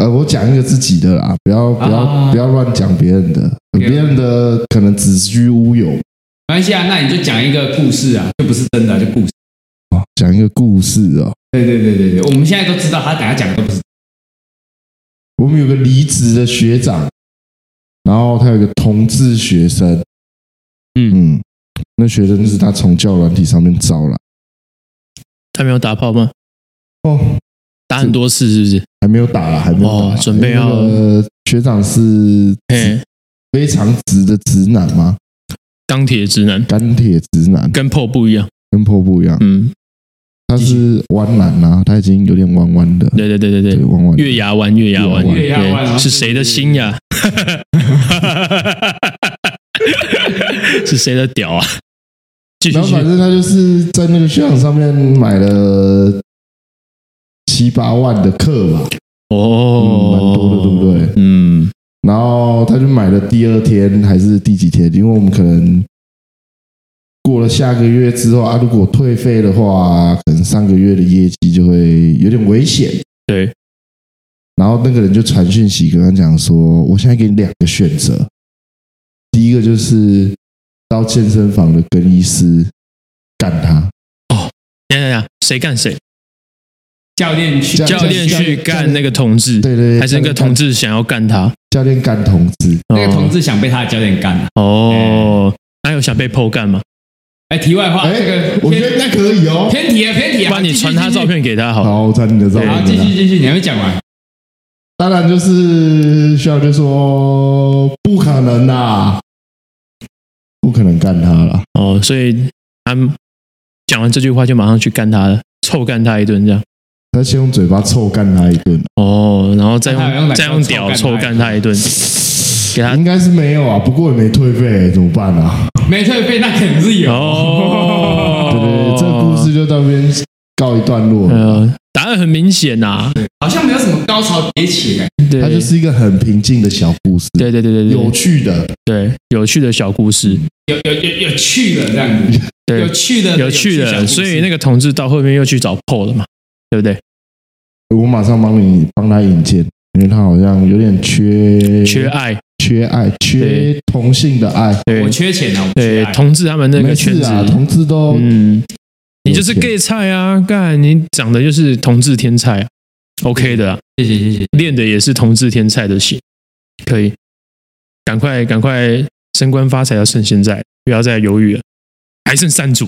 S3: 呃，我讲一个自己的啦，不要不要、
S4: 啊
S3: 不要乱讲别人的，别
S4: OK
S3: 人的可能子虚乌有。
S4: 没关系啊，那你就讲一个故事啊，就不是真的、就故事。
S3: 哦讲一个故事哦，
S4: 对对对对对，我们现在都知道他等下讲的都不是。
S3: 我们有个离职的学长，然后他有个同志学生，嗯嗯，那学生就是他从教软体上面招来，
S2: 她没有打炮吗？
S3: 哦，
S2: 打很多次是不是？
S3: 还没有打了，还没有打啦
S2: 哦准备要
S3: 因为那个学长是
S2: 嘿，
S3: 非常直的直男吗？
S2: 钢铁直男
S3: 钢铁直男
S2: 跟 PO 不一样。
S3: 跟破不一样，
S2: 嗯，
S3: 他是弯男啊，他已经有点弯弯的，
S2: 对对对对
S3: 对，
S2: 对，
S3: 弯弯的
S2: 月牙湾，月牙湾，
S3: 嗯月
S4: 牙湾
S2: 对
S4: 啊
S2: 是谁的心 呀？是谁的屌啊？继续
S3: 然后
S2: 继续
S3: 反正他就是在那个学长上面买了七八万的课吧，嗯
S2: 哦，
S3: 蛮多的对不对？
S2: 嗯，
S3: 然后他就买了第二天还是第几天？因为我们可能过了下个月之后啊，如果退费的话，可能上个月的业绩就会有点危险。
S2: 对，
S3: 然后那个人就传讯息跟他讲说：“我现在给你两个选择，第一个就是到健身房的更衣室干他，
S2: 等一下等一下，谁干谁？
S4: 教练去
S3: 教
S2: 教练去干那个同志，
S3: 对对对，
S2: 还是那个
S3: 教
S2: 同
S3: 练
S2: 志想要干他？
S3: 教练干同志，
S4: 那个同
S2: 哦
S4: 志想被他的教练干、啊。
S2: 哦，还有想被 PO 干吗？
S4: 哎，题外
S2: 啊
S4: 话，
S3: 哎
S4: 这个
S3: 我觉得那可以哦。
S4: 偏题啊，偏题啊。
S2: 不然你
S4: 继续
S2: 传他照。片给他好了。
S3: 好，我啊传你的照
S4: 继续好，
S3: 片
S4: 继
S3: 给他。
S4: 续继续，你还没讲完。
S3: 当然就是学长就说不可能啦，不可能干他啦。
S2: 哦，所以他讲完这句话就马上去干他了，臭干他一顿这样。
S3: 他先用嘴巴臭干他一顿，
S2: 哦，然后再
S4: 他还用
S2: 用
S4: 奶
S2: 再
S4: 头
S2: 用
S4: 臭
S2: 屌
S4: 干
S2: 臭
S4: 他
S2: 干他一顿，给他
S3: 应该是没有啊，不过也没退费、怎么办啊？
S4: 没退费，那肯定是有。
S2: 哦，
S3: 对对对，这个故事就到这边告一段落了。
S2: 呃，答案很明显呐、
S4: 好像没有什么高潮迭起的感觉。
S2: 对，
S3: 它就是一个很平静的小故事，
S2: 对对对对
S3: 有
S2: 对
S3: 趣的。
S2: 对有趣的小故事，
S4: 有有有有趣的这样子，有
S2: 对
S4: 趣的
S2: 有趣的，所以那
S4: 个
S2: 个同志到后面又去找 PO 了嘛，对不对？
S3: 我马上帮你帮他引荐，因为他好像有点缺
S2: 缺爱，
S3: 缺爱，缺同性的爱。
S2: 对
S4: 我缺钱啊，我缺
S2: 对，
S4: 爱
S2: 同志他们那
S3: 没
S2: 个圈
S3: 事
S2: 子，
S3: 啊，同志都
S2: 嗯，你就是
S3: 有钱
S2: gay 菜啊，干你长得就是同志天菜、啊、，OK 的啊，
S4: 谢谢谢谢。
S2: 练的也是同志天菜的型，可以，赶快赶快升官发财要趁现在，不要再犹豫了，还剩三组。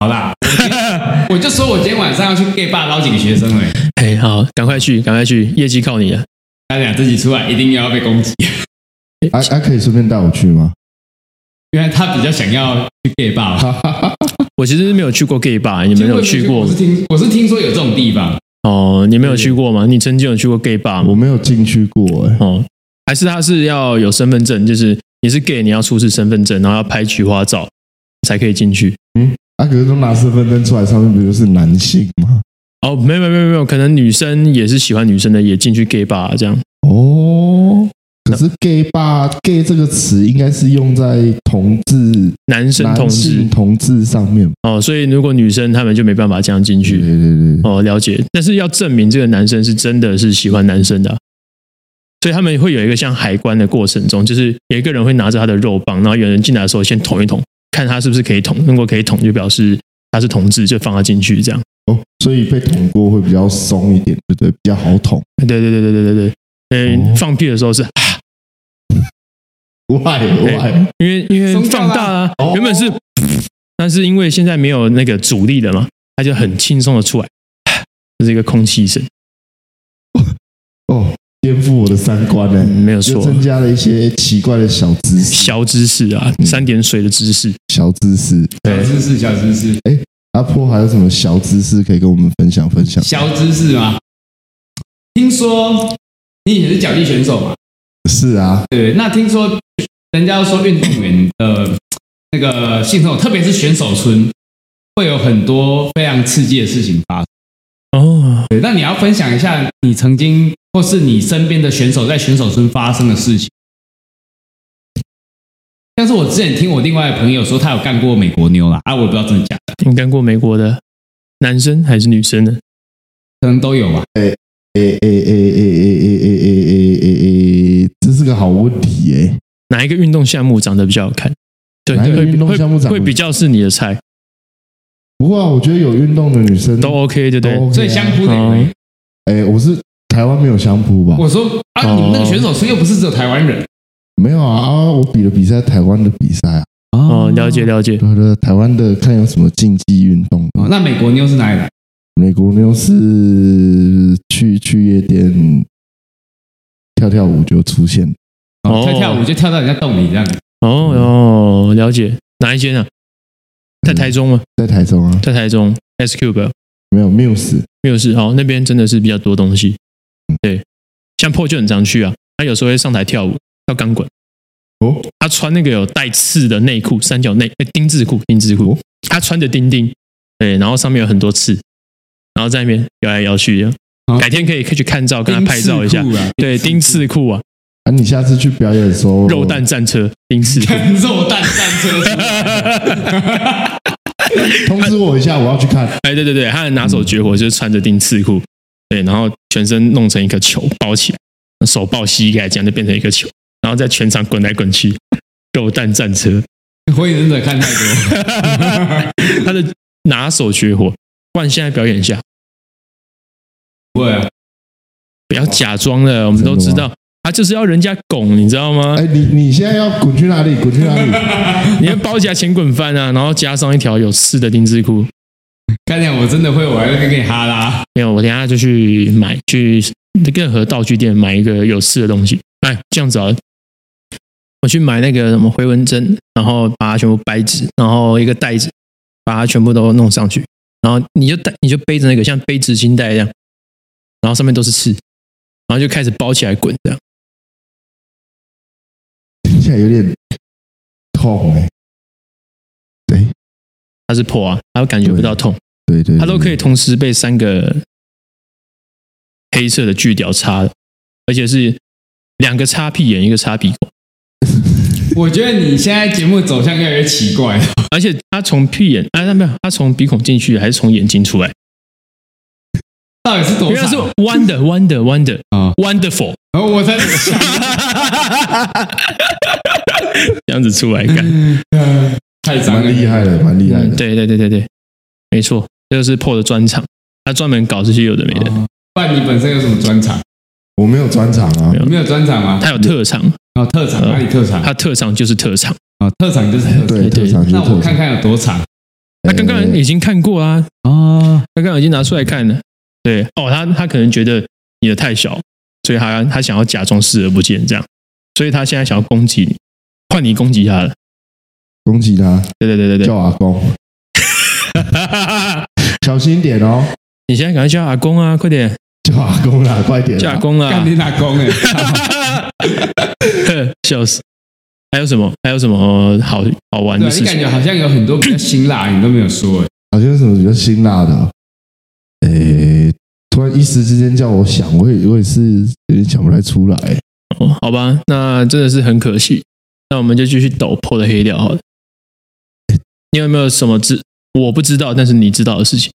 S4: 好 啦，我今天我就说我今天晚上要去 gay bar 捞几个学生哎、欸，
S2: 哎，好，赶快去，赶快去，业绩靠你啊了。
S4: 他俩自己出来一定要被攻击，
S2: 哎
S3: 啊啊，可以顺便带我去吗？
S4: 因为他比较想要去 gay bar。
S2: 我其实没有去过 gay bar，你们有去过
S4: 我
S2: 吗
S4: 是？听我是听说有这种地方，
S2: 哦，你没有去过吗？你曾经有去过 gay bar
S3: 我
S2: 吗？
S3: 没有进去过哎、
S2: 哦，还是他是要有身份证，就是你是 gay，你要出示身份证，然后要拍菊花照才可以进去。
S3: 啊，可是都拿身份证出来，上面不就是男性吗？
S2: 哦，没有没有没有没有，可能女生也是喜欢女生的，也进去 gay bar 这样。
S3: 哦，可是 gay 吧 gay 这个词应该是用在同志、
S2: 男生同
S3: 男
S2: 志
S3: 性同志上面吧。
S2: 哦，所以如果女生她们就没办法这样进
S3: 对
S2: 去
S3: 对对，
S2: 哦，了解。但是要证明这个男生是真的是喜欢男生的啊、所以他们会有一个像海关的过程中，就是有一个人会拿着他的肉棒，然后有人进来的时候先捅一捅，看他是不是可以捅。如果可以捅，就表示他是同志，就放他进去这样。
S3: 哦，所以被捅过会比较松一点，对不对？比较好捅。
S2: 对对对对对对对，嗯、
S3: 哦
S2: 放屁的时候是哎
S3: 外
S2: 对
S3: 外，
S2: 因为因为
S4: 松掉
S2: 放
S4: 啦
S2: 大啊
S3: 哦，
S2: 原本是，但是因为现在没有那个阻力了嘛，它就很轻松的出来，这是一个空气声，
S3: 哦，颠覆我的三观呢、
S2: 嗯没有
S3: 就
S2: 错，啊
S3: 增加了一些奇怪的小知识、
S2: 小知识啊，
S3: 嗯
S2: 三点水的知识，
S3: 小知识。
S4: 小
S2: 对，
S4: 知识小知识
S3: 阿坡还有什么小知识可以跟我们分享分享？
S4: 小知识吗？听说你以前是脚力选手嘛？
S3: 是啊，
S4: 对，那听说人家说运动员的呃那个性生活，特别是选手村，会有很多非常刺激的事情发生。
S2: 哦，
S4: 对，那你要分享一下你曾经或是你身边的选手在选手村发生的事情。但是我之前听我另外的朋友说，他有干过美国妞啦，啊，我也不知道真的假的，
S2: 你干过美国的男生还是女生呢？
S4: 可能都有吧。
S2: 啊
S3: 诶诶诶诶诶诶诶诶诶诶，这是个好问题诶、
S2: 哪一个运动项目长得比较好看？对，
S3: 哪一个
S2: 会
S3: 运动
S2: 会
S3: 项目长得
S2: 会比较是你的菜，
S3: 不过、啊、我觉得有运动的女生
S2: 都 OK，对不
S3: 都
S2: 对？
S3: OK 啊
S4: 所以相扑的也可以
S2: 哦
S3: 诶、我是台湾没有相扑吧？
S4: 我说
S2: 哦
S4: 啊，你们那个选手村又不是只有台湾人
S3: 没有啊啊！我比的比赛台湾的比赛啊，
S2: 哦，了解了解，
S3: 对对，台湾的看有什么竞技运动。
S4: 哦，那美国妞是哪里来？
S3: 美国妞是去去夜店跳跳舞就出现，
S4: 哦
S2: 哦
S4: 跳跳舞就跳到人家洞里这样子。
S3: 嗯
S2: 哦哦，了解，哪一间啊？在台中吗？
S3: 在台中啊，
S2: 在台中 S Cube 啊
S3: 没有 Muse，
S2: 没有事，哦，那边真的是比较多东西。对，像 p 就很常去啊，他有时候会上台跳舞，跳钢管。
S3: 哦，
S2: 他穿那个有带刺的内裤，三角内、呃丁字裤，丁字裤，他穿着丁丁，对，然后上面有很多刺，然后在那边摇来摇去的
S4: 啊。
S2: 改天可以可以去看照，跟他拍照一下
S4: 丁字裤啊。
S2: 对，丁字裤啊，
S3: 啊，你下次去表演的时候，
S2: 肉蛋战车，丁字裤。
S4: 看 肉蛋战车出来，
S3: 通知我一下，我要去 看。
S2: 哎，对对对，他的拿手绝活就是穿着丁字裤，对，然后全身弄成一个球包起来，手抱膝盖，这样就变成一个球，然后在全场滚来滚去，肉弹战车，
S4: 火影忍者看太多，
S2: 他的拿手绝活。不然现在表演一下，
S4: 不会啊，
S2: 不要假装了，我们都知道，他就是要人家拱，你知道吗
S3: 哎、？你你现在要滚去哪里？滚去哪里？
S2: 你要包起来前滚翻啊，然后加上一条有刺的丁字裤。
S4: 看见我真的会，我还会给你哈拉。
S2: 没有，我等一下就去买，去任何道具店买一个有刺的东西。哎，这样子啊，我去买那个什么回纹针，然后把它全部掰直，然后一个袋子，把它全部都弄上去，然后你就带，你就背着那个像背纸巾袋一样，然后上面都是刺，然后就开始包起来滚这样。
S3: 听起来有点痛哎、对
S2: 它是破啊，它会感觉不到痛，
S3: 对对，
S2: 它都可
S3: 以。
S2: 以同时被三个黑色的锯屌插的，而且是两个插屁眼，一个插屁股。
S4: 我觉得你现在节目走向越来越奇怪，
S2: 而且他从屁眼，啊，没有，他从鼻孔进去还是从眼睛出来？
S4: 到底是多
S2: 原来是
S4: 少？
S2: wonder wonder wonder
S4: 啊
S2: wonderful，
S4: 然后我才怎么想？
S2: 这样子出来干。
S4: 嗯太脏了，
S3: 蛮厉害的，蛮厉害
S2: 嗯，
S3: 的。
S2: 对对对对对，没错，这就是 p 的专场，他专门搞这些有的没的。
S4: 哦。不然你本身有什么专场？
S3: 我没有专场啊
S2: 没，有
S4: 你没有专场吗？
S2: 他有特长，
S4: 哦，特长
S2: 呃
S4: 哪里特长？
S2: 他特长就是特长，
S4: 哦哦，特长就是特长。
S3: 对，
S2: 对对
S3: 特长就是
S4: 那我
S3: 特长。
S4: 看看有多长
S2: 他刚刚已经看过啦，
S4: 哦，
S2: 他刚刚已经拿出来看了。对，哦，他他可能觉得你的太小，所以他他想要假装视而不见这样，所以他现在想要攻击你，换你攻击他了。
S3: 攻击他，
S2: 对对对对
S3: 叫
S2: 对，
S3: 阿公，小心一点哦，
S2: 你现在赶快叫阿公啊，快点
S3: 叫阿公啦，快点啦，
S2: 叫阿公啊
S4: 干！你打工 哎，
S2: 笑死！还有什么？还有什么好好玩
S4: 对
S2: 的
S4: 啊，
S2: 事
S4: 你感
S2: 情？
S4: 觉好像有很多比较辛辣，你都没有说 哎。
S3: 好像有什么比较辛辣的、哦？诶，哎突然一时之间叫我想，我也我也是有点想不太出来。
S2: 哦好吧，那真的是很可惜。那我们就继续抖破的黑料好了。你有没有什么知我不知道，但是你知道的事情？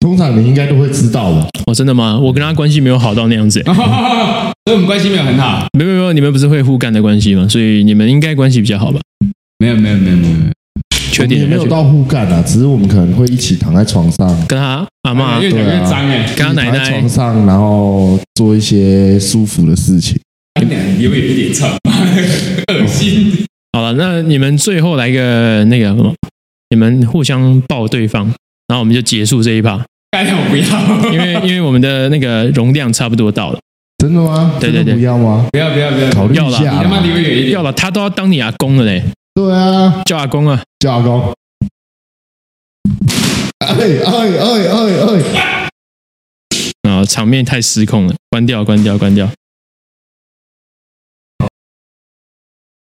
S3: 通常你应该都会知道吧？
S2: 哦，真的吗？我跟他关系没有好到那样子、
S4: 啊
S2: 欸。
S4: 所以我们关系没有很好，
S2: 没有没有没有，你们不是会互干的关系吗？所以你们应该关系比较好吧？
S4: 没有没有没有没有没有，
S2: 缺点
S3: 我们也没有
S2: 要
S3: 到互干啊，只是我们可能会一起躺在床上，
S2: 跟他阿啊妈
S4: 越讲越脏哎，
S2: 跟他奶
S3: 躺在
S2: 奶
S3: 床上，然后做一些舒服的事情。
S4: 干娘你有没有一点操，妈的 恶心。
S2: 好了，那你们最后来个那个什么，你们互相抱对方，然后我们就结束这一趴，
S4: 干娘我不要，
S2: 因为因为我们的那个容量差不多到了。
S3: 真的吗？
S2: 对对
S3: 真的
S2: 对
S3: 不要吗？
S4: 不要不要不要，
S3: 考虑
S2: 要
S3: 一
S2: 啦
S3: 下
S4: 你他妈
S3: 啦。
S4: 离我远一
S2: 要
S4: 点。
S2: 了，他都要当你阿公了嘞，
S3: 对啊，
S2: 叫阿公啊！
S3: 叫阿公。哎哎哎哎哎！
S2: 哦啊、场面太失控了，关掉关掉关掉。